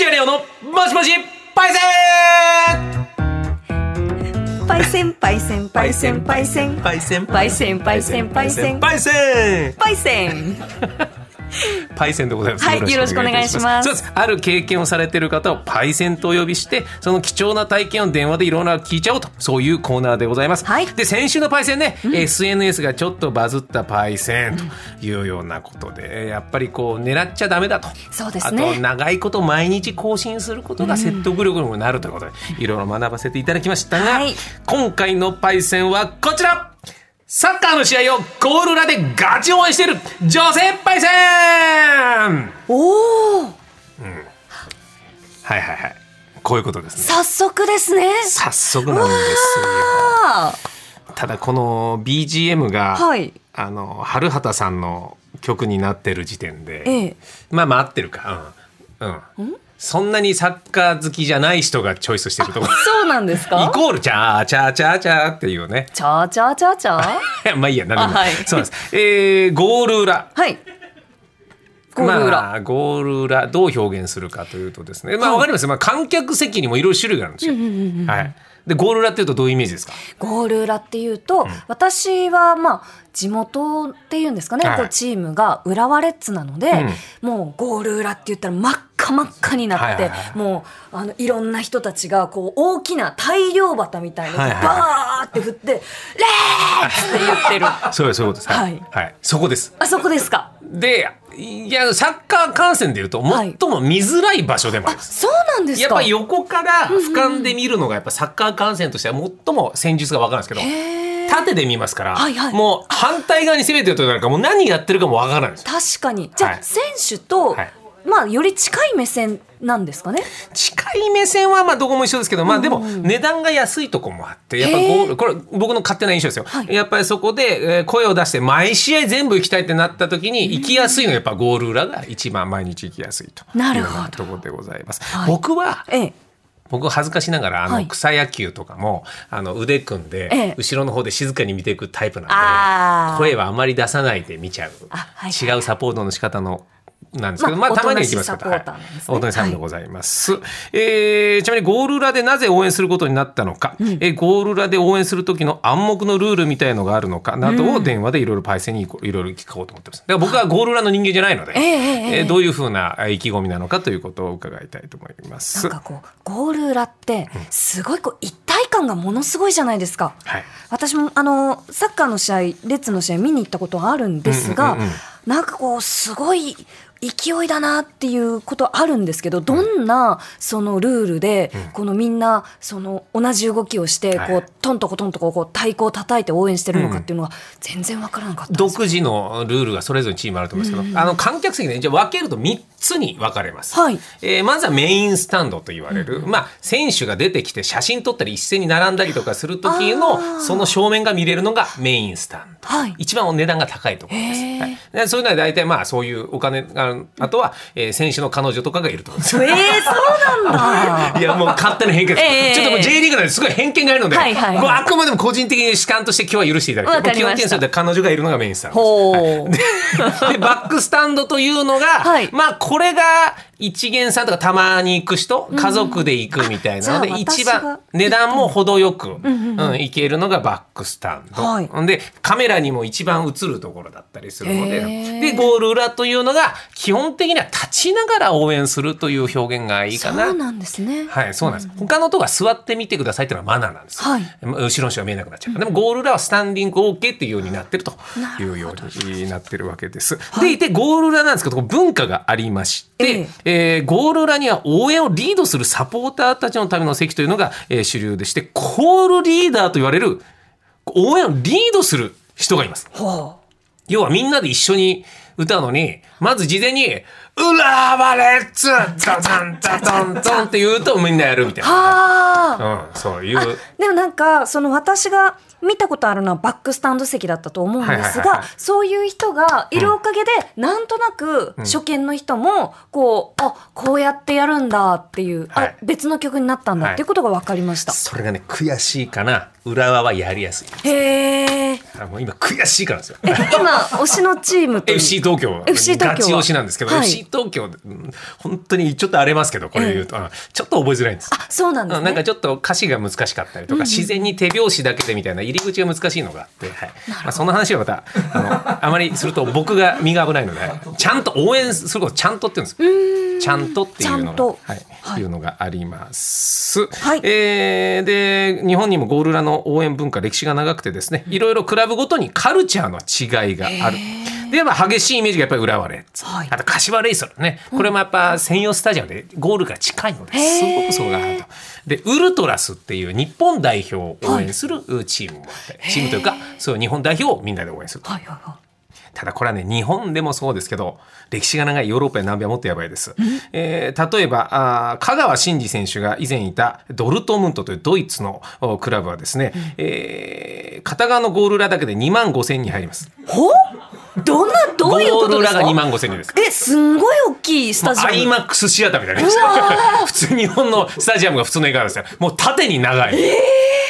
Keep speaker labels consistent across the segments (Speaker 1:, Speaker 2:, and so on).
Speaker 1: ガレオのもしもしパイセン
Speaker 2: パイセンパイセンパイセンパイセン
Speaker 1: パイセン
Speaker 2: パイセンパイセンパイセン
Speaker 1: パイセン
Speaker 2: パイセン
Speaker 1: パイセンでございます。
Speaker 2: はい
Speaker 1: そ
Speaker 2: よ
Speaker 1: う
Speaker 2: ろ
Speaker 1: で
Speaker 2: し
Speaker 1: す。ある経験をされている方をパイセンとお呼びして、その貴重な体験を電話でいろんな聞いちゃおうと、そういうコーナーでございます。
Speaker 2: はい
Speaker 1: で、先週のパイセンね、SNS がちょっとバズったパイセンというようなことで、やっぱりこう、狙っちゃダメだと。
Speaker 2: そうですね
Speaker 1: あと、長いこと毎日更新することが説得力にもなるということで、いろいろ学ばせていただきましたが、
Speaker 2: はい
Speaker 1: 今回のパイセンはこちらサッカーの試合をゴール裏でガチ応援している女性パイセンは
Speaker 2: おお
Speaker 1: いはいはい。こういうことですね。
Speaker 2: 早速ですね
Speaker 1: 早速なんです
Speaker 2: あ
Speaker 1: よ。ただこの BGM が、
Speaker 2: ーはい
Speaker 1: あの、春畑さんの曲になってる時点で、
Speaker 2: ええ
Speaker 1: まあまあ合ってるか。うん。うん。そんなにサッカー好きじゃない人がチョイスしてるところ。
Speaker 2: そうなんです
Speaker 1: イ
Speaker 2: か
Speaker 1: コールチャーチャーチャーチャーっていうね。
Speaker 2: ちゃーちゃーちゃーちゃー
Speaker 1: まあいいや、なるほど。
Speaker 2: あはい
Speaker 1: そうなんです。えー、ゴール裏。
Speaker 2: はいゴール裏、
Speaker 1: まあ、ゴール裏どう表現するかというとですね、まあ、
Speaker 2: はい
Speaker 1: わかります、まあ、観客席にもいろいろ種類があるんですよ。はい、でゴール裏っていうとどういうイメージですか
Speaker 2: ゴール裏っていうと、私はまあ地元っていうんですかね、
Speaker 1: はい
Speaker 2: こうチームが浦和レッズなので、もうゴール裏って言ったら真っ赤真っ赤になって、
Speaker 1: はいはいはい
Speaker 2: もうあのいろんな人たちがこう大きな大漁旗みたいなの
Speaker 1: はい
Speaker 2: を
Speaker 1: はい
Speaker 2: バーって振って「レッツ!」って言ってる
Speaker 1: そうですそういうことです
Speaker 2: はい
Speaker 1: はい、そこです
Speaker 2: あそこですか
Speaker 1: でいやサッカー観戦でいうと
Speaker 2: はい
Speaker 1: 最も見づらい場所でもあります、
Speaker 2: そうなんです
Speaker 1: やっ
Speaker 2: か
Speaker 1: ぱ横から俯瞰で見るのがやっぱサッカー観戦としては最も戦術がわかるんですけど
Speaker 2: へー
Speaker 1: 縦で見ますから、
Speaker 2: はいはい
Speaker 1: もう反対側に攻めてるとなんかもう何やってるかもわからないんですよ
Speaker 2: 確かにじゃあ、
Speaker 1: はい
Speaker 2: 選手と、
Speaker 1: はい
Speaker 2: まあより近い目線なんですかね
Speaker 1: 近い目線はまあどこも一緒ですけど、まあでも値段が安いとこもあって、やっぱゴール、これ僕の勝手な印象ですよ。
Speaker 2: はい
Speaker 1: やっぱりそこでえー声を出して毎試合全部行きたいってなった時に行きやすいのはやっぱゴール裏が一番毎日行きやすいと。
Speaker 2: なるほ
Speaker 1: い
Speaker 2: ど
Speaker 1: うようところでございます。
Speaker 2: はい
Speaker 1: 僕は、
Speaker 2: ええ
Speaker 1: 僕は恥ずかしながらあ
Speaker 2: は
Speaker 1: の
Speaker 2: い
Speaker 1: 草野球とかも、あの腕組ん
Speaker 2: え
Speaker 1: で
Speaker 2: え
Speaker 1: 後ろの方で静かに見ていくタイプな
Speaker 2: あ
Speaker 1: ん
Speaker 2: ー
Speaker 1: で、声はあまり出さないで見ちゃう
Speaker 2: あはい。
Speaker 1: 違うサポートの仕方のなんですけど、
Speaker 2: ま
Speaker 1: ま
Speaker 2: あ
Speaker 1: あたまには行きます
Speaker 2: お
Speaker 1: け
Speaker 2: と
Speaker 1: ど、
Speaker 2: な
Speaker 1: は
Speaker 2: し
Speaker 1: い
Speaker 2: いサポーターなんですね
Speaker 1: おとなしさんでございます。えーちなみにゴール裏でなぜ応援することになったのか、えーゴール裏で応援する時の暗黙のルールみたいのがあるのかなどを電話でいろいろパイセンにいろいろ聞こうと思ってます。だから僕はゴール裏の人間じゃないので、
Speaker 2: ええええええ
Speaker 1: ーどういうふうな意気込みなのかということを伺いたいと思います。
Speaker 2: なんかこうゴール裏ってすごいこう一体感がものすごいじゃないですか。
Speaker 1: はい。
Speaker 2: 私もあのサッカーの試合レッズの試合見に行ったことはあるんですが、
Speaker 1: うんうんうんうん
Speaker 2: なんかこうすごい勢いだなっていうことあるんですけどどんなそのルールで、このみんなその同じ動きをして
Speaker 1: はい
Speaker 2: こうトンとこトンとここう太鼓を叩いて応援してるのかっていうのが全然わからなかったんですよ
Speaker 1: 独自のルールがそれぞれチームあると思うんですけど、あの観客席で、ね、じゃあ分けると3つに分かれます。
Speaker 2: はい
Speaker 1: えーまずはメインスタンドと言われる、まあ、選手が出てきて写真撮ったり一斉に並んだりとかする時
Speaker 2: あ
Speaker 1: の
Speaker 2: ー
Speaker 1: その正面が見れるのがメインスタンド。
Speaker 2: はい
Speaker 1: 一番お値段が高いところです。
Speaker 2: へー
Speaker 1: はいで、そういうのは大体まあそういうお金があとは、えー選手の彼女とかがいるところです。
Speaker 2: えー、そうなんだ
Speaker 1: いやもう勝手な偏見です、
Speaker 2: ええ
Speaker 1: ちょっともう J リーグなんですごい偏見があるので、
Speaker 2: はいはいはい
Speaker 1: もうあくまでも個人的に主観として今日は許していただき
Speaker 2: わかり
Speaker 1: もう
Speaker 2: ま
Speaker 1: 基
Speaker 2: し
Speaker 1: 本
Speaker 2: た
Speaker 1: 的に彼女がいるのがメインスタンドです。
Speaker 2: ほう、
Speaker 1: でバックスタンドというのが、
Speaker 2: はい
Speaker 1: まあこれが一元さんとかたまに行く人家族で行くみたいなので、
Speaker 2: あじゃあ
Speaker 1: 一
Speaker 2: 私が
Speaker 1: 番値段も程よく、うん行けるのがバックスタンド、
Speaker 2: はい
Speaker 1: でカメラにも一番映るところだったりするので
Speaker 2: へー
Speaker 1: でゴール裏というのが基本的には立ちながら応援するという表現がいいかな
Speaker 2: そうなんですね。
Speaker 1: はい、そうなんです。他のとこは座ってみてくださいっていうのはマナーなんですよ。
Speaker 2: はい
Speaker 1: 後ろの人が見えなくなっちゃうから。でもゴール裏はスタンディング OK っていうようになってるというようになってるわけです。で、いてゴール裏なんですけど、文化がありまして、えーゴール裏には応援をリードするサポーターたちのための席というのが、えー主流でして、コールリーダーと言われる応援をリードする人がいます。
Speaker 2: ほう
Speaker 1: 要はみんなで一緒に歌うのに、まず事前に、うらばれっつ、トントントントンって言うとみんなやるみたいな。
Speaker 2: はあ。
Speaker 1: うん、そういう。
Speaker 2: でもなんかその私が見たことあるのはバックスタンド席だったと思うんで
Speaker 1: はい
Speaker 2: す
Speaker 1: はいはいは
Speaker 2: が
Speaker 1: い
Speaker 2: そういう人がいるおかげで、なんとなく初見の人もこう、あこうやってやるんだっていう、
Speaker 1: はい
Speaker 2: あ別の曲になったんだっていうことが分かりました、
Speaker 1: それがね、悔しいかな。浦和はやりやすい。
Speaker 2: へえ。
Speaker 1: あもう今悔しいからですよ。
Speaker 2: 今推しのチー ムという
Speaker 1: FC 東京は
Speaker 2: FC 東京は
Speaker 1: ガチ推しなんですけど、
Speaker 2: はい
Speaker 1: FC 東京うん本当にちょっと荒れますけどこれ言うと、あちょっと覚えづらいんです。
Speaker 2: あそうなんで
Speaker 1: う
Speaker 2: すね。
Speaker 1: んなんかちょっと歌詞が難しかったりとか、自然に手拍子だけでみたいな入り口が難しいのがあって、はいまあ、その話はまたあのあまりすると僕が身が危ないのでちゃんと応援することをちゃんとって言うんですちゃんとっていう
Speaker 2: ちゃ
Speaker 1: の
Speaker 2: ん
Speaker 1: が
Speaker 2: と
Speaker 1: はい
Speaker 2: はい
Speaker 1: いうのがあります、
Speaker 2: はい
Speaker 1: えーで日本にもゴールラの応援文化歴史が長くてですねいろいろクラブごとにカルチャーの違いがある。でまあ激しいイメージがやっぱり浦和レッズ、
Speaker 2: はい
Speaker 1: あと柏レイソルねこれもやっぱ専用スタジアムでゴールが近いので
Speaker 2: へー
Speaker 1: すごくそうがあるとでウルトラスっていう日本代表を応援するうチームもあって、チームというかそういう日本代表をみんなで応援すると
Speaker 2: はいはいは
Speaker 1: ただこれはね日本でもそうですけど歴史が長いヨーロッパや南米はもっとやばいです、えー例えばあー香川真司選手が以前いたドルトムントというドイツのおクラブはですね、えー片側のゴール裏だけで2万5千人入ります
Speaker 2: い。ほ？どんなどういうこ
Speaker 1: ゴール
Speaker 2: とです
Speaker 1: 裏
Speaker 2: か？
Speaker 1: が2万5千人です
Speaker 2: えすんごい大きいスタジ
Speaker 1: アイ
Speaker 2: アム。
Speaker 1: マックスシアターみたいな感じ 普通日本のスタジアムが普通の映画なんですよもう縦に長い、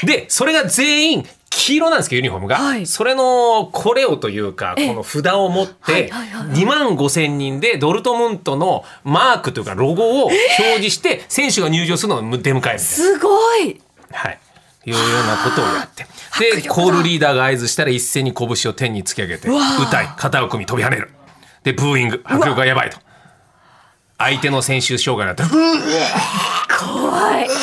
Speaker 1: でそれが全員黄色なんですけどユニフォームが、
Speaker 2: はい
Speaker 1: それのこれをというか
Speaker 2: ええ
Speaker 1: この札を持っ
Speaker 2: はい
Speaker 1: て
Speaker 2: はいはい
Speaker 1: 2万5千人でドルトムントのマークというかロゴを表示して選手が入場するのを出迎えみたいな。
Speaker 2: すごい。
Speaker 1: はい。いうようなことをやって
Speaker 2: 迫力
Speaker 1: で
Speaker 2: だ
Speaker 1: コールリーダーが合図したら一斉に拳を天に突き上げて
Speaker 2: うわー
Speaker 1: 歌い肩を組み飛び跳ねるでブーイング迫力がやばいと相手の選手障害だった
Speaker 2: 怖い。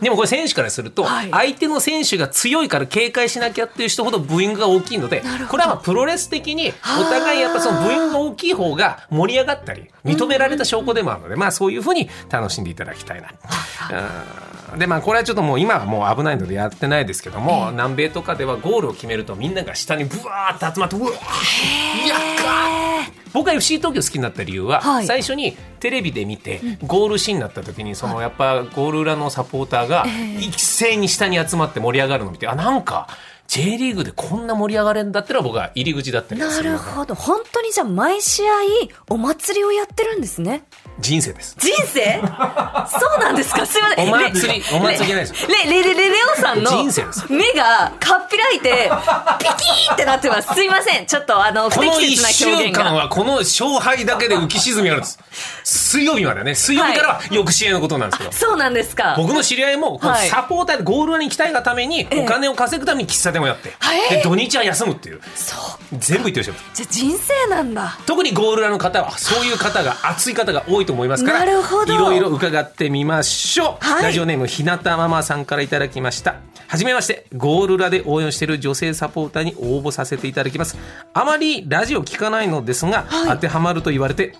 Speaker 1: でもこれ選手からすると
Speaker 2: はい
Speaker 1: 相手の選手が強いから警戒しなきゃっていう人ほどブーイングが大きいので
Speaker 2: るほど
Speaker 1: これはまあプロレス的にお互いやっぱそのブーイングが大きい方が盛り上がったり認められた証拠でもあるのでまあそういうふうに楽しんでいただきたいな。うんでまあこれはちょっともう今はもう危ないのでやってないですけども南米とかではゴールを決めるとみんなが下にブワーって集まってうわーやっかー僕が FC 東京好きになった理由は、
Speaker 2: はい
Speaker 1: 最初にテレビで見て、ゴールシーンになった時にそのやっぱゴール裏のサポーターが
Speaker 2: ええ
Speaker 1: 一斉に下に集まって盛り上がるのを見てあなんか J リーグでこんな盛り上がれんだってのは僕は入り口だったり
Speaker 2: な
Speaker 1: する
Speaker 2: る
Speaker 1: のが
Speaker 2: ほど。本当にじゃあ毎試合お祭りをやってるんですね。
Speaker 1: 人生です。
Speaker 2: 人生？そうなんですか。すみません。
Speaker 1: お祭り
Speaker 2: レ
Speaker 1: お祭りじゃないですよ
Speaker 2: レレレレレオさんの
Speaker 1: 人生です
Speaker 2: 目がかっぴらいてピキーってなってます。すいません。ちょっとあの不
Speaker 1: この1
Speaker 2: 適切な表
Speaker 1: 週
Speaker 2: 現が
Speaker 1: 間。はこの勝敗だけで浮き沈みあるんです。水曜日までね、水曜日からは翌試合のことなんですけど。
Speaker 2: そうなんですか。
Speaker 1: 僕の知り合いも、この
Speaker 2: はい
Speaker 1: サポーターでゴール裏に行きたいがために、
Speaker 2: ええ
Speaker 1: お金を稼ぐために喫茶店をやって、
Speaker 2: はい
Speaker 1: で土日は休むっていう、
Speaker 2: そう。
Speaker 1: 全部言ってる人。
Speaker 2: じゃあ人生なんだ。
Speaker 1: 特にゴールラの方はそういう方が熱い方が多いと思いますから
Speaker 2: なるほど
Speaker 1: いろいろ伺ってみましょう、
Speaker 2: はい
Speaker 1: ラジオネームひなたママさんからいただきましたはじめましてゴールラで応援している女性サポーターに応募させていただきますあまりラジオ聞かないのですが、
Speaker 2: はい
Speaker 1: 当てはまると言われて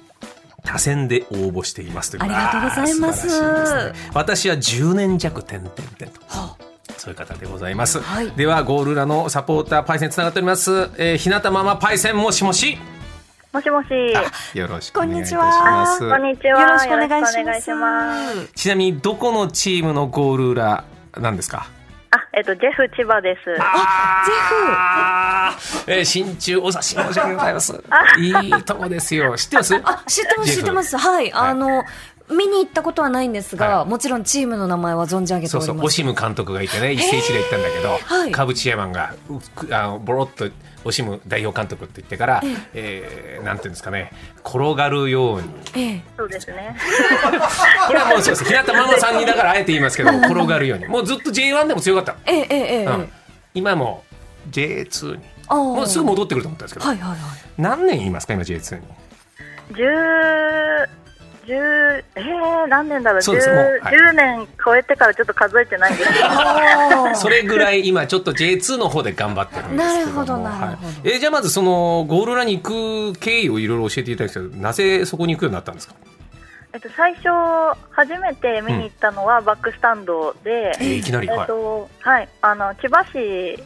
Speaker 1: 多選で応募していますという
Speaker 2: ありがとうございます
Speaker 1: あー素晴らしいですね私は10年弱点々点とそういう方でございます、
Speaker 2: はい
Speaker 1: ではゴールラのサポーターパイセンつながっております、えー、ひなたママパイセンもしもし
Speaker 3: もしもし。
Speaker 1: よろしくお願いいたし
Speaker 3: あ
Speaker 1: ま
Speaker 3: ー
Speaker 1: す。
Speaker 3: こんにちは。
Speaker 2: よろしくお願いしま
Speaker 3: よろくお願
Speaker 2: す。
Speaker 3: ます
Speaker 1: ちなみにどこのチームのゴール裏なんですか。
Speaker 3: あ、えっと、ジェフ千葉です。
Speaker 1: あ、ジェフ。えー、新中お差し申し訳ございます。いいとこですよ。知ってます？
Speaker 2: あ、知ってます、知ってます。はい。あの、見に行ったことはないんですが、
Speaker 1: はい
Speaker 2: もちろんチームの名前は存じ上げて
Speaker 1: そ
Speaker 2: お
Speaker 1: う
Speaker 2: り
Speaker 1: そう、
Speaker 2: ま
Speaker 1: オ
Speaker 2: す。
Speaker 1: シム監督がいてね、一世一で行ったんだけど、
Speaker 2: はい
Speaker 1: カブチエマンが、うくあのボロッと、オシム代表監督って言ってから、えーなんていうんですかね、転がるように、
Speaker 2: ええ、
Speaker 3: そうですね。
Speaker 1: これはもうそうです、日向ママさんにだからあえて言いますけど、転がるように、もうずっと J1 でも強かった。
Speaker 2: ええ、ええ、ええ。
Speaker 1: うん、今も J2 に
Speaker 2: あー
Speaker 1: もうすぐ戻ってくると思ったんですけど、
Speaker 2: はいはいはい。
Speaker 1: 何年いますか今 J2 に
Speaker 3: 十、十、えー、何年だろう。
Speaker 1: そう
Speaker 3: 十、
Speaker 1: ですもうはい
Speaker 3: 十年超えてからちょっと数えてない んですけど。
Speaker 2: あ
Speaker 1: そ
Speaker 2: ー
Speaker 1: れぐらい今ちょっと J2 の方で頑張ってるんですけども
Speaker 2: なるほどなるほど
Speaker 1: はいえーじゃあまずそのゴールラに行く経緯をいろいろ教えていただきたいんですけどなぜそこに行くようになったんですか
Speaker 3: えっと、最初、初めて見に行ったのはバックスタンドで。
Speaker 1: えーいきなり
Speaker 3: え
Speaker 1: は
Speaker 3: っ
Speaker 1: い
Speaker 3: と、はい、あの、千葉市、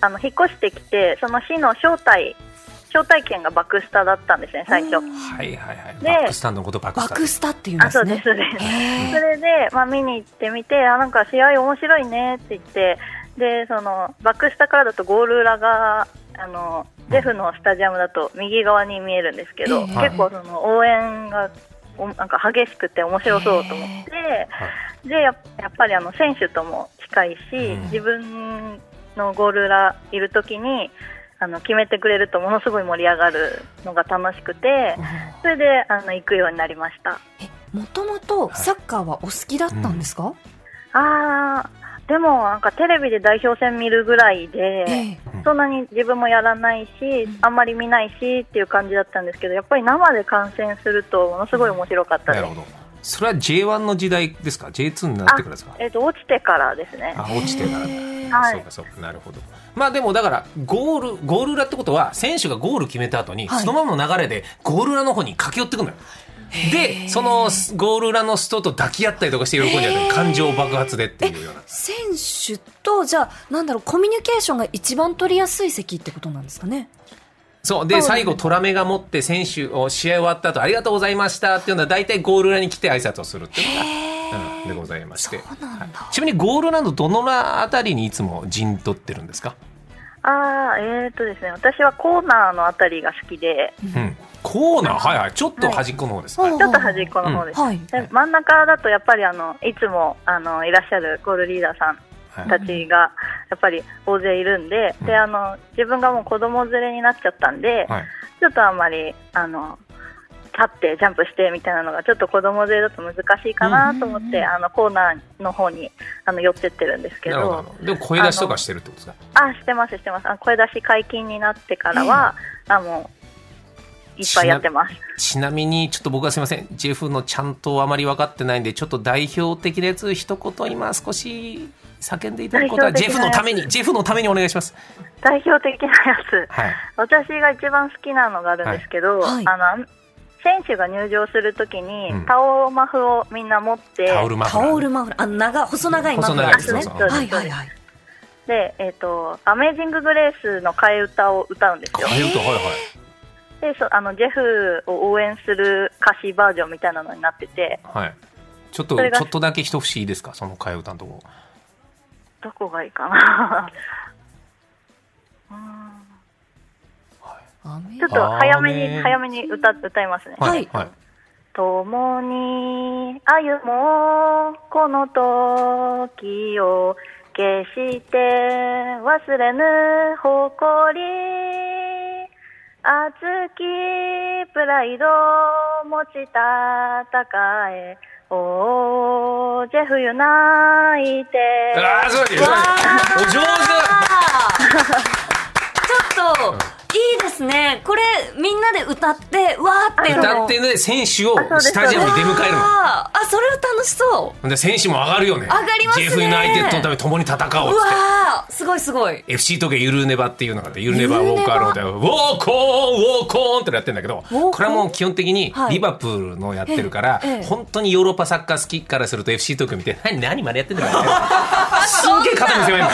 Speaker 3: あの、引っ越してきて、その市の招待。招待券がバックスタだったんですね、最初。
Speaker 1: はいはいはい
Speaker 3: で
Speaker 1: バックスタンドのことバック
Speaker 2: バ
Speaker 1: スタン
Speaker 2: クスタっていうんで
Speaker 3: あ、そ
Speaker 2: す
Speaker 3: う
Speaker 2: ね。
Speaker 3: です、そうです。
Speaker 2: へ
Speaker 3: それで、まあ、見に行ってみてあなんか試合面白いねって言ってでそのバック下からだとゴール裏があのジェフのスタジアムだと右側に見えるんですけど、
Speaker 2: ええ
Speaker 3: 結構その応援がおなんか激しくて面白そうと思って、でややっぱりあの選手とも近いし、
Speaker 1: うん
Speaker 3: 自分のゴール裏いるときにあの決めてくれるとものすごい盛り上がるのが楽しくてそれであの行くようになりました
Speaker 2: えもともとサッカーはお好きだったんですか、
Speaker 3: あーでもなんかテレビで代表戦見るぐらいで、
Speaker 2: ええ
Speaker 3: そんなに自分もやらないしあんまり見ないしっていう感じだったんですけどやっぱり生で観戦するとものすごい面白かった
Speaker 1: な
Speaker 3: で
Speaker 1: る
Speaker 3: す
Speaker 1: ほどそれは J1 の時代ですか J2 になってからですか
Speaker 3: えっと落ちてからですね
Speaker 1: あ落ちてからだ
Speaker 2: へえ
Speaker 3: はい
Speaker 1: そうかそうかなるほどまあでもだからゴールゴール裏ってことは選手がゴール決めた後に、
Speaker 2: はい
Speaker 1: そのままの流れでゴール裏の方に駆け寄ってくるのよ
Speaker 2: へ
Speaker 1: で
Speaker 2: ー
Speaker 1: そのゴール裏の人と抱き合ったりとかして喜んじゃっ
Speaker 2: へ
Speaker 1: て
Speaker 2: ー
Speaker 1: 感情爆発でっていうような
Speaker 2: 選手とじゃあなんだろうコミュニケーションが一番取りやすい席ってことなんですかね
Speaker 1: そうで
Speaker 2: そう
Speaker 1: 最後トラメが持って選手を試合終わった後ありがとうございましたっていうのは大体ゴール裏に来て挨拶をするっていうのがうんでございまして
Speaker 2: そうなんだ
Speaker 1: ちなみにゴールランドどのあたりにいつも陣取ってるんですか、
Speaker 3: ああ、えっ、とですね、私はコーナーのあたりが好きで、
Speaker 1: うん、コーナーはいはいちょっと端っこの方です、
Speaker 2: はい
Speaker 1: はい
Speaker 3: ちょっと端っこの方です。
Speaker 2: はい
Speaker 3: で真ん中だとやっぱりあのいつもあのいらっしゃるゴールリーダーさん
Speaker 1: はい
Speaker 3: たちがやっぱり大勢いるんで、
Speaker 1: うん
Speaker 3: であの自分がもう子供連れになっちゃったんで、
Speaker 1: はい
Speaker 3: ちょっとあんまりあの立ってジャンプしてみたいなのがちょっと子供連れだと難しいかなと思って、
Speaker 2: うん
Speaker 3: あのコーナーの方にあの寄ってってるんですけ
Speaker 1: なるほどなるほどでも声出しとかしてるってことですか
Speaker 3: あ、してます、してます。あ声出し解禁になってからは、あもういっぱいやってます。
Speaker 1: ちなみにちょっと僕はすみません JF のちゃんとあまり分かってないんでちょっと代表的なやつ一言今少し叫んでいただくことは
Speaker 3: 代
Speaker 1: JF
Speaker 3: 表的な
Speaker 1: の
Speaker 3: やつ
Speaker 1: ために JF のためにお願いします
Speaker 3: 代表的なやつ。
Speaker 1: はい
Speaker 3: 私が一番好きなのがあるんですけど、
Speaker 2: はいはい
Speaker 3: あの、選手が入場するときに、
Speaker 1: うん
Speaker 3: タオマフをみんな持って、
Speaker 1: タオルマフラー
Speaker 2: タオルマフラーあ長い細長いマフラーですね
Speaker 1: 細
Speaker 3: 長いそうそう
Speaker 2: はいはいはい
Speaker 3: で、えっ、と、アメージンググレースの替え歌を歌うんですよ。
Speaker 1: 替え歌はいはい
Speaker 3: で、そあの、ジェフを応援する歌詞バージョンみたいなのになってて、
Speaker 1: はいちょっと
Speaker 3: それ
Speaker 1: ち
Speaker 3: が
Speaker 1: ょっとだけ一節いいですかその替え歌のとこ
Speaker 3: どこがいいかな。
Speaker 2: アメ
Speaker 3: ちょっと早めに、早めに歌、歌いますね。
Speaker 2: はい
Speaker 1: はい
Speaker 3: 共に歩もうこの時を決して忘れぬ誇り熱きプライド持ち戦えおージェフユナイテ
Speaker 1: ああ、そうです。
Speaker 2: わ
Speaker 1: お上
Speaker 2: ちょっと、いいですね。これ、みんなで歌って、わーって
Speaker 1: 手。
Speaker 2: いうの
Speaker 1: 歌
Speaker 2: を。
Speaker 1: ってね、選手を
Speaker 3: あそうです
Speaker 1: スタジアムに出迎えるの。
Speaker 2: あーあ、それは楽しそう。
Speaker 1: で、選手も上がるよね。
Speaker 2: 上がりますね
Speaker 1: ジェフユナイテッドのために共に戦おう
Speaker 2: う
Speaker 1: っつって。
Speaker 2: わーすごいすごい。
Speaker 1: FC 東京ゆるねばっていうのがあってゆるねばウォークアローでウォーコーンウォーコーンってやってんだけど
Speaker 2: ォーコーン
Speaker 1: これはもう基本的に
Speaker 2: はい
Speaker 1: リバプールのやってるから、
Speaker 2: ええええ
Speaker 1: 本当にヨーロッパサッカー好きからすると FC 東京見て何何までやってんだから すげえ肩身狭いの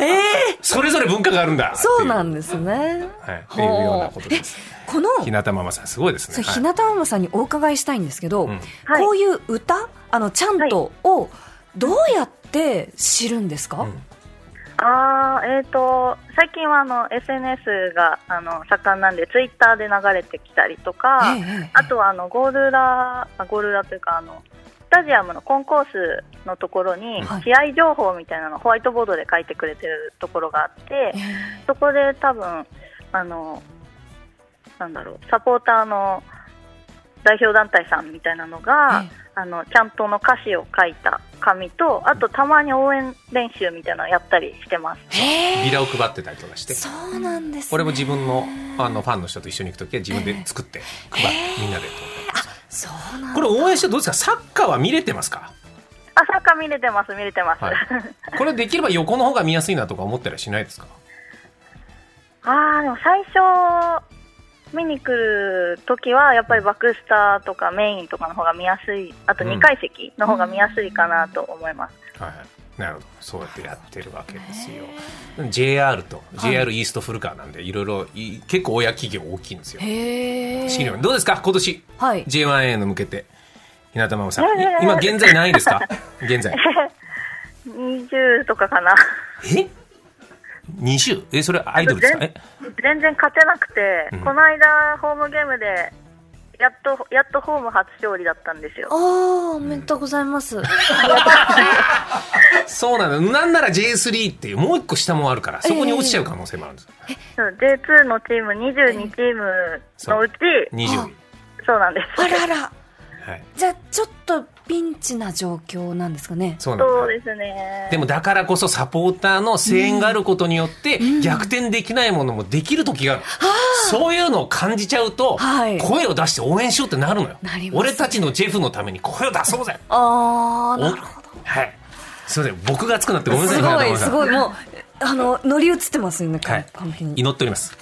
Speaker 2: ええ
Speaker 1: それぞれ文化があるんだ
Speaker 2: そうなん
Speaker 1: だ
Speaker 2: ですね。
Speaker 1: はいって
Speaker 2: ほ
Speaker 1: いううようなことです
Speaker 2: えこの、
Speaker 1: 日向ママさんすごいですね
Speaker 2: そう
Speaker 1: はい
Speaker 2: 日向ママさんにお伺いしたいんですけど、
Speaker 1: ん
Speaker 3: はい
Speaker 2: こういう歌、あの、ちゃんとを、どうやって知るんですか、
Speaker 1: ん
Speaker 3: あーえっ、と最近はあの SNS があの盛んなんでツイッターで流れてきたりとか、
Speaker 2: ええええ
Speaker 3: あとはあのゴールラあゴールラというかあのスタジアムのコンコースのところに
Speaker 2: はい
Speaker 3: 試合情報みたいなのをホワイトボードで書いてくれてるところがあってそこで多分あのなんだろうサポーターの代表団体さんみたいなのが、
Speaker 2: え
Speaker 3: あのちゃんとの歌詞を書いた紙とあとたまに応援練習みたいなのをやったりしてます。
Speaker 2: えへ
Speaker 1: ビ
Speaker 2: え
Speaker 1: ラを配ってたりとかして
Speaker 2: そうなんです、ね。
Speaker 1: 俺も自分のあのファンの人と一緒に行く時は自分で作って配ってみんなでと
Speaker 2: そうなん
Speaker 1: これ応援してどうですかサッカーは見れてますか、
Speaker 3: あサッカー見れてます見れてます。
Speaker 1: はい、これできれば横の方が見やすいなとか思ったりはしないですか
Speaker 3: ああ、でも最初、見に来るときは、やっぱりバックスターとかメインとかの方が見やすい、あと
Speaker 1: うん
Speaker 3: 2階席の方が見やすいかなと思います。
Speaker 1: はいなるほどそうやってやってるわけですよ JR と JR イーストフルカーなんでいろいろい結構親企業大きいんですよ
Speaker 2: へえ。
Speaker 1: 資料どうですか今年
Speaker 2: はい。
Speaker 1: J1A の向けて日向真央さん
Speaker 3: いやいやいや
Speaker 1: い今現在何位ですか現 在
Speaker 3: 20とかかな。
Speaker 1: え ?20? えそれアイドルですかえ
Speaker 3: 全然勝てなくて、
Speaker 1: うん
Speaker 3: この間、ホームゲームで、やっと、やっとホーム初勝利だったんですよ。
Speaker 2: ああ、おめでとうござ います。
Speaker 1: そうなの。なんなら J3 っていうもう一個下もあるから、そこに落ちちゃう可能性もあるんです。
Speaker 3: そう J2 のチーム22チームのうち、
Speaker 1: 二十、位。
Speaker 3: そうなんです。
Speaker 2: あらあら。
Speaker 1: はい。
Speaker 2: じゃあ、ちょっとピンチな状況なんですかね。
Speaker 1: そうなん
Speaker 3: そ
Speaker 1: だ。
Speaker 3: うですね。
Speaker 1: でもだからこそサポーターの声援があることによって逆転できないものもできる時がある、そういうのを感じちゃうと
Speaker 2: はい
Speaker 1: 声を出して応援しようってなるのよ
Speaker 2: なります
Speaker 1: 俺たちのジェフのために声を出そうぜ
Speaker 2: ああ、なるほど。
Speaker 1: はいすいません僕が熱くなってごめんなさい
Speaker 2: すごい、
Speaker 1: 花
Speaker 2: す
Speaker 1: 田さん
Speaker 2: ごい、もう、あの、乗り移ってますよね、
Speaker 1: はい
Speaker 2: 完璧に。
Speaker 1: 祈っております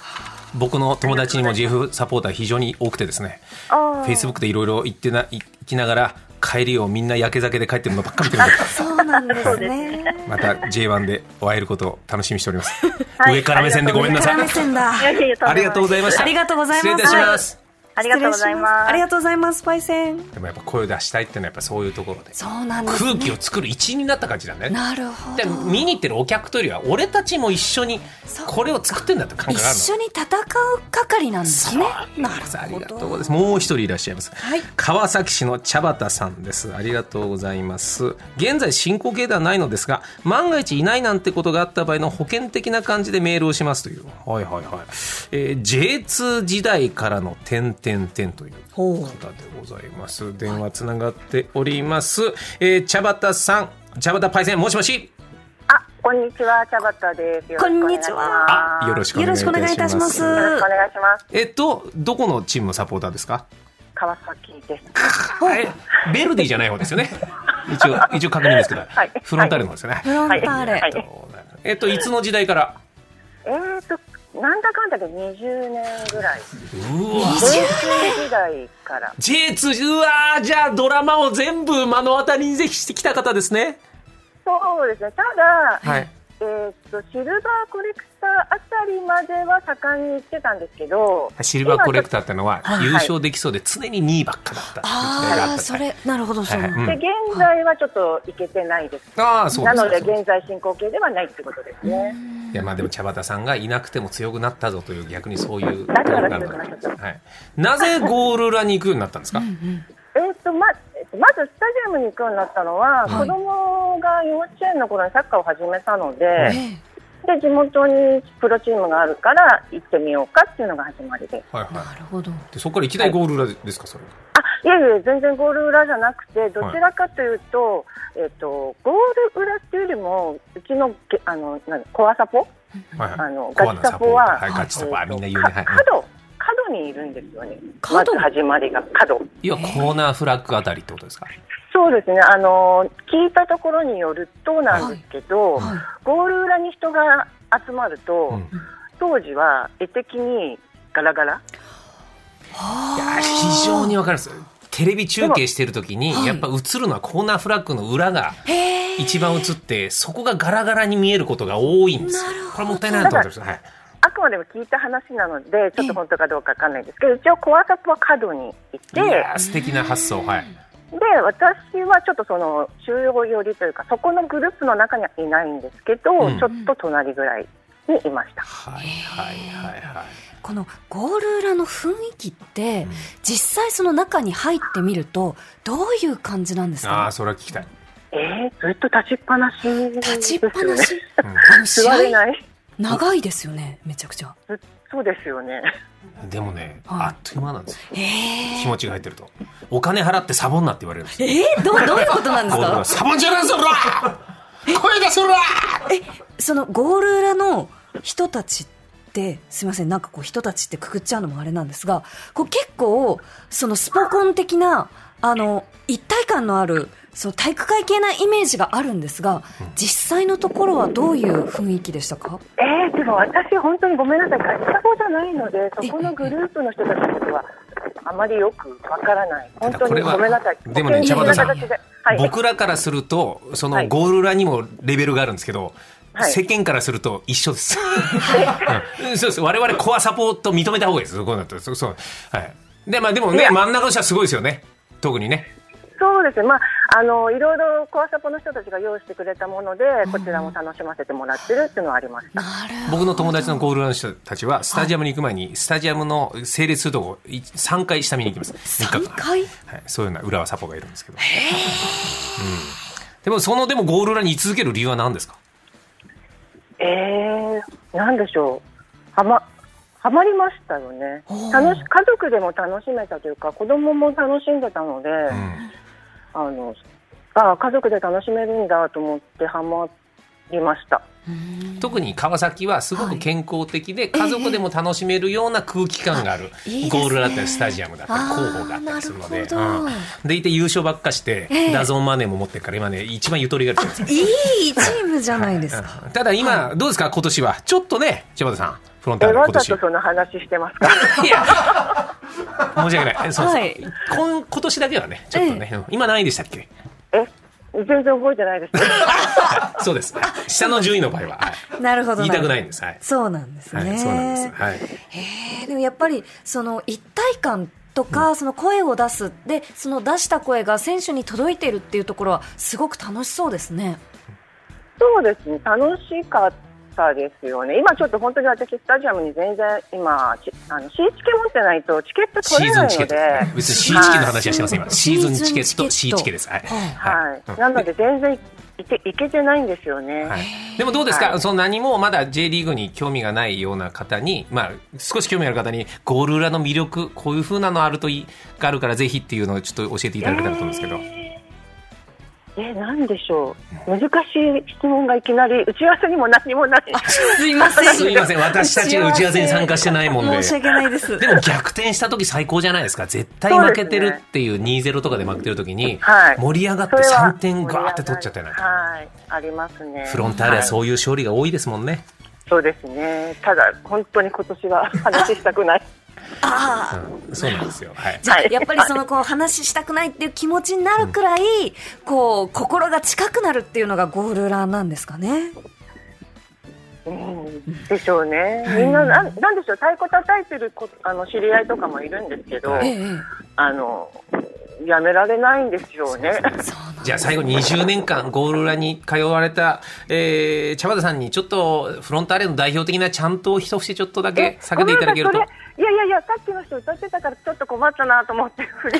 Speaker 1: 僕の友達にもジェフサポーター非常に多くてですね
Speaker 3: あー、
Speaker 1: フェイスブックでいろいろ言ってないきながら帰りをみんな焼け酒で帰ってるのばっかり見てるので
Speaker 2: そうなんで
Speaker 3: そ
Speaker 2: す
Speaker 3: うです
Speaker 2: ね。
Speaker 1: また J1 でお会えることを楽しみにしております、
Speaker 3: はい
Speaker 1: 上から目線でごめんなさい
Speaker 2: 上から目線だ。
Speaker 3: いやいや
Speaker 1: ありがとうございました。
Speaker 2: ありがとうございます
Speaker 1: 失礼いたします。
Speaker 3: ありがとうございます。
Speaker 2: ありがとうございます、パイセン。
Speaker 1: でもやっぱ声を出したいっていうのはやっぱそういうところで、
Speaker 2: そうなんです、ね。
Speaker 1: 空気を作る一員になった感じだね。
Speaker 2: なるほ
Speaker 1: で
Speaker 2: ど。
Speaker 1: 見に行ってるお客というよりは俺たちも一緒に
Speaker 2: そう
Speaker 1: これを作ってんだって感
Speaker 2: 一
Speaker 1: 覚があるの。
Speaker 2: 緒に戦う係なんですね。なるほど。
Speaker 1: ありがとうございます。もう一人いらっしゃいます。
Speaker 2: はい
Speaker 1: 川崎市の茶畑さんです。ありがとうございます。現在進行形ではないのですが、万が一いないなんてことがあった場合の保険的な感じでメールをしますという。はいはいはい。えー J2 時代からの点点点という方でございます。電話つながっております。えー茶畑さん、茶畑パイセン、もしもし。
Speaker 3: あ、こんにちは、茶畑です。よろしくお願い
Speaker 2: こんに
Speaker 3: します
Speaker 2: ちは
Speaker 1: あ、よろしくお願いいたし
Speaker 2: よろしくお願いいたしま
Speaker 1: ますす。
Speaker 3: よろしくお願いします。
Speaker 1: えっと、どこのチームのサポーターですか
Speaker 3: 川崎です。
Speaker 1: はい、ベルディじゃない方ですよね。一応、一応確認ですけど、
Speaker 3: はい
Speaker 1: フロンターレの方ですよね。
Speaker 2: フロンターレ。
Speaker 3: は
Speaker 1: えっ
Speaker 3: い
Speaker 1: とえっと、いつの時代から。
Speaker 3: えーと、なんだかんだで20年ぐらい。
Speaker 1: うわ。
Speaker 3: 19時代から。
Speaker 1: J2、うわーじゃあドラマを全部目の当たりにぜひしてきた方ですね。
Speaker 3: そうですね。ただ、
Speaker 1: はい。
Speaker 3: えーと、シルバーコレクターあたりまでは盛んに行ってたんですけど、
Speaker 1: シルバーコレクターってのは
Speaker 2: はい
Speaker 1: 優勝できそうで常に2位ばっかだったっていう時代があ
Speaker 2: あ
Speaker 1: っ
Speaker 2: あ、
Speaker 1: た
Speaker 2: そ
Speaker 1: から。
Speaker 2: れ、なるほど、そう。
Speaker 1: はいはいうん
Speaker 3: で、現在はちょっと行けてないです。
Speaker 1: ああ、そうで
Speaker 3: な
Speaker 1: すか
Speaker 3: ので、現在進行形ではないってことですね。
Speaker 1: いやまあでも茶畑さんがいなくても強くなったぞという逆にそういう
Speaker 3: だから強くなっちゃった
Speaker 1: はい、なぜゴール裏に行くようになったんですか、
Speaker 3: えーとまえーとまずスタジアムに行くようになったのは、
Speaker 2: い
Speaker 3: 子供が幼稚園の頃にサッカーを始めたので、
Speaker 2: ええ
Speaker 3: で地元にプロチームがあるから行ってみようかっていうのが始まりです。
Speaker 1: はいはい
Speaker 2: なるほど。
Speaker 1: でそこからいきなりゴール裏ですかそれは
Speaker 3: あいやいや、全然ゴール裏じゃなくて、どちらかというと、えっとゴール裏っていうよりも、うちのげあの何コアサポ、
Speaker 1: はいはい
Speaker 3: あの
Speaker 1: コア
Speaker 3: ガ
Speaker 1: な
Speaker 3: チサポは、
Speaker 1: はい、ガチサポは
Speaker 3: えっと
Speaker 1: みんな言うね、は
Speaker 3: か
Speaker 1: い、
Speaker 3: 角角にいるんですよね、ま
Speaker 2: 角
Speaker 3: ず始まりが角。
Speaker 1: 要はコーナーフラッグあたりってことですか、
Speaker 3: そうですねあの聞いたところによるとなんですけど、
Speaker 2: はいはい
Speaker 3: ゴール裏に人が集まると、
Speaker 1: うん
Speaker 3: 当時は絵的にガラガラ
Speaker 1: いや非常にわかるんですテレビ中継してる時に
Speaker 2: はい
Speaker 1: やっぱ映るのはコーナーフラッグの裏が
Speaker 2: へえ。
Speaker 1: 一番映ってそこがガラガラに見えることが多いんですよ
Speaker 2: なるほど
Speaker 1: これもったいないなと思ってます、はい、
Speaker 3: あくまでも聞いた話なのでちょっと本当かどうかわかんないですけど一応コアタップは角にいて
Speaker 1: いやー素敵な発想はい
Speaker 3: で私はちょっとその収容寄りというかそこのグループの中にはいないんですけど、
Speaker 1: うん
Speaker 3: ちょっと隣ぐらいにいました。
Speaker 1: はいはいはいはい
Speaker 2: このゴール裏の雰囲気って、実際その中に入ってみると、どういう感じなんです
Speaker 1: ああ
Speaker 2: か
Speaker 1: ーそれは聞きたい、
Speaker 3: えー、ずっと立ちっぱなしですよね、
Speaker 2: 立ちっぱなし。
Speaker 1: うん
Speaker 2: あの試
Speaker 3: 座れ
Speaker 2: 合、
Speaker 3: ない
Speaker 2: 長いですよね、めちゃくちゃ。
Speaker 3: ずそうですよね。
Speaker 1: でもね、
Speaker 2: はい
Speaker 1: あっという間なんですよ
Speaker 2: え
Speaker 1: 気
Speaker 2: え。
Speaker 1: 持ちが入ってるとお金払ってサボんなって言われるんですよ
Speaker 2: ええ、どう、どういうことなんです
Speaker 1: ゴール
Speaker 2: か
Speaker 1: がサボんじゃないぞおら声出せおら
Speaker 2: そのゴール裏の人たちってすいませんなんかこう人たちってくくっちゃうのもあれなんですがこう結構そのスポコン的なあの一体感のあるその体育会系なイメージがあるんですが実際のところはどういう雰囲気でしたか
Speaker 3: えー、でも私、本当にごめんなさい、ガチサポじゃないので、そこのグループの人たちはあまりよくわからない、本当
Speaker 1: これ
Speaker 3: に
Speaker 1: は
Speaker 3: ごめんなさい、
Speaker 1: でもね
Speaker 3: 保険的な
Speaker 2: 茶畑さん
Speaker 3: 形ではい、
Speaker 1: 僕らからするとそ
Speaker 3: は
Speaker 1: の
Speaker 3: い
Speaker 1: ゴール裏にもレベルがあるんですけど、
Speaker 3: はい
Speaker 1: 世間からすると一緒です。うんそうです。我々コアサポート認めた方がいいです。こうなったらそうそう。はい。でまあでも
Speaker 3: い
Speaker 1: ね
Speaker 3: や
Speaker 1: 真ん中の人はすごいですよね。特にね。
Speaker 3: そうですね、まああのいろいろコアサポの人たちが用意してくれたものでこちらも楽しませてもらってるっていうのはありました。
Speaker 1: 僕の友達のゴールランの人たちはスタジアムに行く前にスタジアムの整列するとこい3回下見に行きます3
Speaker 2: 3回
Speaker 1: はい、そういうような浦和サポがいるんですけど、うん、でもそのでもゴール裏に居続ける理由は何ですか
Speaker 3: えー、なんでしょう。はま、はまりましたよね
Speaker 2: ほう。
Speaker 3: 楽し、家族でも楽しめたというか、子供も楽しんでたので、
Speaker 1: うん
Speaker 3: あの、ああ、家族で楽しめるんだと思ってはまりました。
Speaker 1: 特に川崎はすごく健康的で、家族でも楽しめるような空気感がある、
Speaker 2: いいですね
Speaker 1: ゴールだったりスタジアムだったり
Speaker 2: あー
Speaker 1: 広報だったりするので
Speaker 2: なるほど
Speaker 1: うんでいて優勝ばっかして、
Speaker 2: ええ
Speaker 1: ダゾーンマネーも持ってるから今ね一番ゆとりがあるじゃないですか
Speaker 2: いいチームじゃないですか。
Speaker 1: うんただ今、どうですか今年はちょっとね柴田さんフロンター
Speaker 3: え、
Speaker 1: レ
Speaker 3: わ
Speaker 1: 今
Speaker 3: ざ
Speaker 1: 年
Speaker 3: とその話してますか
Speaker 1: いや申し訳ないそうそう、
Speaker 2: はい
Speaker 1: 今今年だけはねちょっとね、うん今何位でしたっけ
Speaker 3: え、全然覚えてないです。
Speaker 1: はいそうです。下の順位の場合は、はい
Speaker 2: なるほど。
Speaker 1: 言いたくないんです。はい。
Speaker 2: そうなんです
Speaker 1: は
Speaker 2: ね。
Speaker 1: い、そうなんです。はい。
Speaker 2: へえでもやっぱりその一体感とか、その声を出すでその出した声が選手に届いてるっていうところはすごく楽しそうですね。
Speaker 3: そうですね、楽しかったですよね。今ちょっと本当に私、スタジアムに全然今、ちあの、シーチケ持ってないとチケット
Speaker 1: シ
Speaker 3: 取れ
Speaker 1: ーズ
Speaker 3: ない
Speaker 1: ンチケッ
Speaker 3: の
Speaker 1: トですね。
Speaker 3: で。
Speaker 1: 別にシーチケの話はしてません。今シーズンチケット、シ
Speaker 2: シ
Speaker 1: ー
Speaker 2: ーズンチケット
Speaker 1: チケです。はい。
Speaker 3: はい、
Speaker 1: うん
Speaker 3: なので全然いけいけてないんですよね。
Speaker 1: はいでもどうですか、
Speaker 3: はい
Speaker 1: その何もまだ J リーグに興味がないような方に、まあ、少し興味ある方に、ゴール裏の魅力、こういう風なのあるといい、があるからぜひっていうのをちょっと教えていただけたらと思うんですけど。
Speaker 3: え、なんでしょう。難しい質問がいきなり、打ち合わせにも何もない。
Speaker 2: すい ません。
Speaker 1: すみません、私たちが打ち合わせに参加してないもんで
Speaker 2: 申。し訳ないです。
Speaker 1: でも逆転した時最高じゃないですか。絶対負けてるっていう2-0とかで負けてる時に、
Speaker 3: はい。
Speaker 1: 盛り上がって
Speaker 3: それは
Speaker 1: 3点ガーって取っちゃったよね。
Speaker 3: はい。ありますね。
Speaker 1: フロンターレは
Speaker 3: う。
Speaker 1: そういう勝利が多いですもんね。
Speaker 3: そうですね。ただ、本当に今年は話した くない。
Speaker 2: ああ
Speaker 1: うん、そうなんですよ。はい。
Speaker 2: じゃあ
Speaker 3: はい
Speaker 2: やっぱりそのこう話したくないっていう気持ちになるくらい、こう心が近くなるっていうのがゴールラーなんですかね。
Speaker 3: うん、でしょうね。みんな、なん、なんでしょう。太鼓叩いてるこ、あの知り合いとかもいるんですけど
Speaker 1: は。い
Speaker 2: ええ
Speaker 3: あの、やめられないんですよね。
Speaker 1: じゃあ最後20年間ゴール裏に通われた、えー、茶畑さんにちょっとフロンターレの代表的なちゃんと一節ちょっとだ け避けていただける
Speaker 3: ご
Speaker 1: と
Speaker 3: めんな。さいそれいやいやいや、さっきの人歌ってたから、ちょっと困ったなと思って、 振り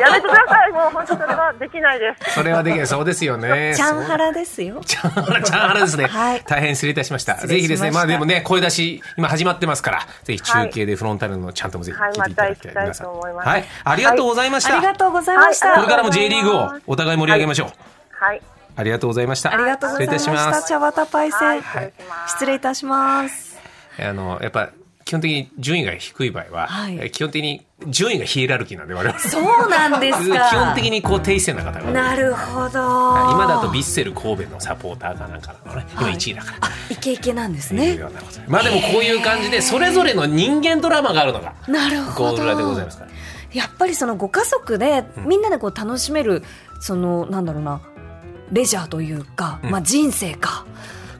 Speaker 3: やめてください、もう本当それはできないです。
Speaker 1: それはできない。そうですよ ね。
Speaker 2: ちゃんはらですよ。
Speaker 1: チャンハラ、チャンハラですね。
Speaker 2: はい
Speaker 1: 大変失礼いたしました。
Speaker 2: 失
Speaker 1: ぜ
Speaker 2: 礼
Speaker 1: ひ
Speaker 2: しました
Speaker 1: ですね、まあでもね、声出し、今始まってますから、ぜひ中継でフロンターレのちゃんともぜひ聞いていただきたい。
Speaker 3: はい
Speaker 1: 皆さん
Speaker 3: また行きたいと思います
Speaker 1: はい。ありがとうございまし
Speaker 2: あ
Speaker 1: た。
Speaker 2: りが
Speaker 1: こと
Speaker 2: うございました。
Speaker 3: はい
Speaker 1: れからも J リーグをお互い盛り上げましょう。
Speaker 3: はい。
Speaker 1: ありがとうございました。
Speaker 2: ありがとうございまし。
Speaker 1: 失礼いたしたます
Speaker 2: 茶綿パイセン。
Speaker 3: はい
Speaker 2: 失礼いたします。
Speaker 1: あの、やっぱ、基本的に順位が低い場合は、
Speaker 2: はい
Speaker 1: え基本的に順位がヒエラルキーなんで、我々。
Speaker 2: そうなんですか。
Speaker 1: 基本的にこう、低姿勢な方が多い。
Speaker 2: なるほど。
Speaker 1: 今だとヴィッセル神戸のサポーターかなんかなのね。今1位だから。
Speaker 2: イケイケなんです
Speaker 1: という
Speaker 2: ね
Speaker 1: よ。うなことでまあでもこういう感じで、それぞれの人間ドラマがあるのが、
Speaker 2: なるほ
Speaker 1: ゴー
Speaker 2: ど。
Speaker 1: ルラでございますから。
Speaker 2: やっぱりそのご家族でみんなでこう楽しめる、そのなんだろうなレジャーというか、
Speaker 1: うん
Speaker 2: まあ人生か。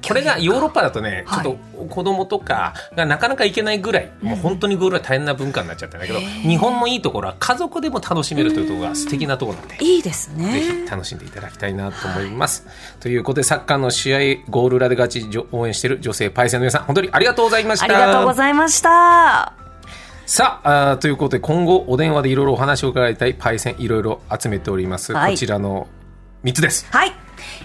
Speaker 1: これがヨーロッパだとね、
Speaker 2: はい
Speaker 1: ちょっと子供とかがなかなか行けないぐらい、もう本当にゴールは大変な文化になっちゃったんだけど、日本のいいところは家族でも楽しめるというところが素敵なところなんで。
Speaker 2: いいです
Speaker 1: ぜ
Speaker 2: ね。
Speaker 1: ひ楽しんでいただきたいなと思います。ということで、サッカーの試合、ゴール裏で勝ち、じょ応援している女性パイセンの皆さん、本当にありがとうございました。
Speaker 2: ありがとうございました。
Speaker 1: さああーということで今後お電話でいろいろお話を伺いたいパイセンいろいろ集めております、
Speaker 2: はい
Speaker 1: こちらの3つです
Speaker 2: はい。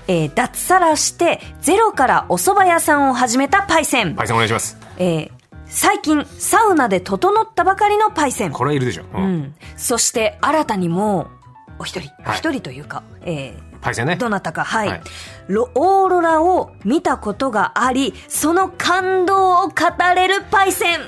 Speaker 2: えー脱サラしてゼロからお蕎麦屋さんを始めたパイセン。
Speaker 1: パイセンお願いします
Speaker 2: えー最近サウナで整ったばかりのパイセン。
Speaker 1: これはいるでしょ、う
Speaker 2: うんん、そして新たにもうお一人、お
Speaker 1: はい
Speaker 2: 一人というか、え
Speaker 1: パイセンね
Speaker 2: ーどなたか、はい、
Speaker 1: はい
Speaker 2: ロオーロラを見たことがあり、その感動を語れるパイセン。
Speaker 1: あ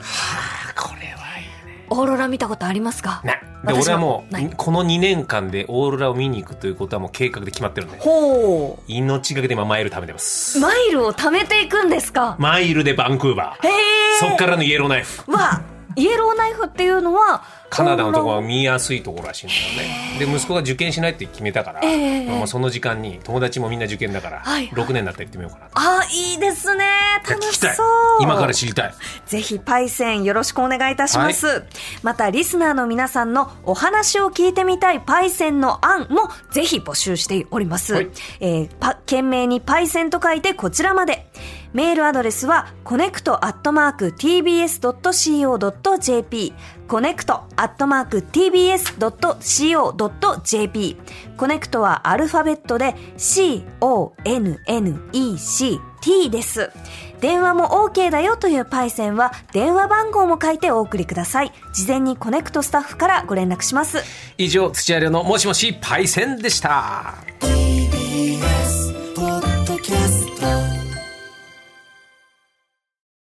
Speaker 1: これはいいね
Speaker 2: オーロラ見たことありますか
Speaker 1: なで
Speaker 2: 私
Speaker 1: 俺はも
Speaker 2: ないう
Speaker 1: この2年間でオーロラを見に行くということはもう計画で決まってるんで
Speaker 2: ほ
Speaker 1: 命がけで今マイル貯めてます
Speaker 2: う。マイルを貯めていくんですか
Speaker 1: マイルでバンクーバー
Speaker 2: へえ。
Speaker 1: そっからのイエローナイフ
Speaker 2: わ、イエローナイフっていうのは
Speaker 1: カナダのところは
Speaker 2: オーロ
Speaker 1: 見やすいところらしいんだよね。で息子が受験しないって決めたから、
Speaker 2: ええ
Speaker 1: まあ、その時間に友達もみんな受験だから、
Speaker 2: はい
Speaker 1: 6年になったら行ってみようかなと。
Speaker 2: あいいですね
Speaker 1: 聞
Speaker 2: 楽
Speaker 1: き
Speaker 2: した
Speaker 1: い
Speaker 2: そう
Speaker 1: 今から知りたい。
Speaker 2: ぜひパイセンよろしくお願いいたします、またリスナーの皆さんのお話を聞いてみたいパイセンの案もぜひ募集しております、
Speaker 1: はい
Speaker 2: えーパ懸命にパイセンと書いてこちらまでメールアドレスは connect.tbs.co.jp connect.tbs.co.jp コネクトはアルファベットで CONNECT です。電話も OK だよというパイセンは電話番号も書いてお送りください。事前にコネクトスタッフからご連絡します。
Speaker 1: 以上、土屋良のもしもしパイセンでした。
Speaker 4: TBS ポッドキャスト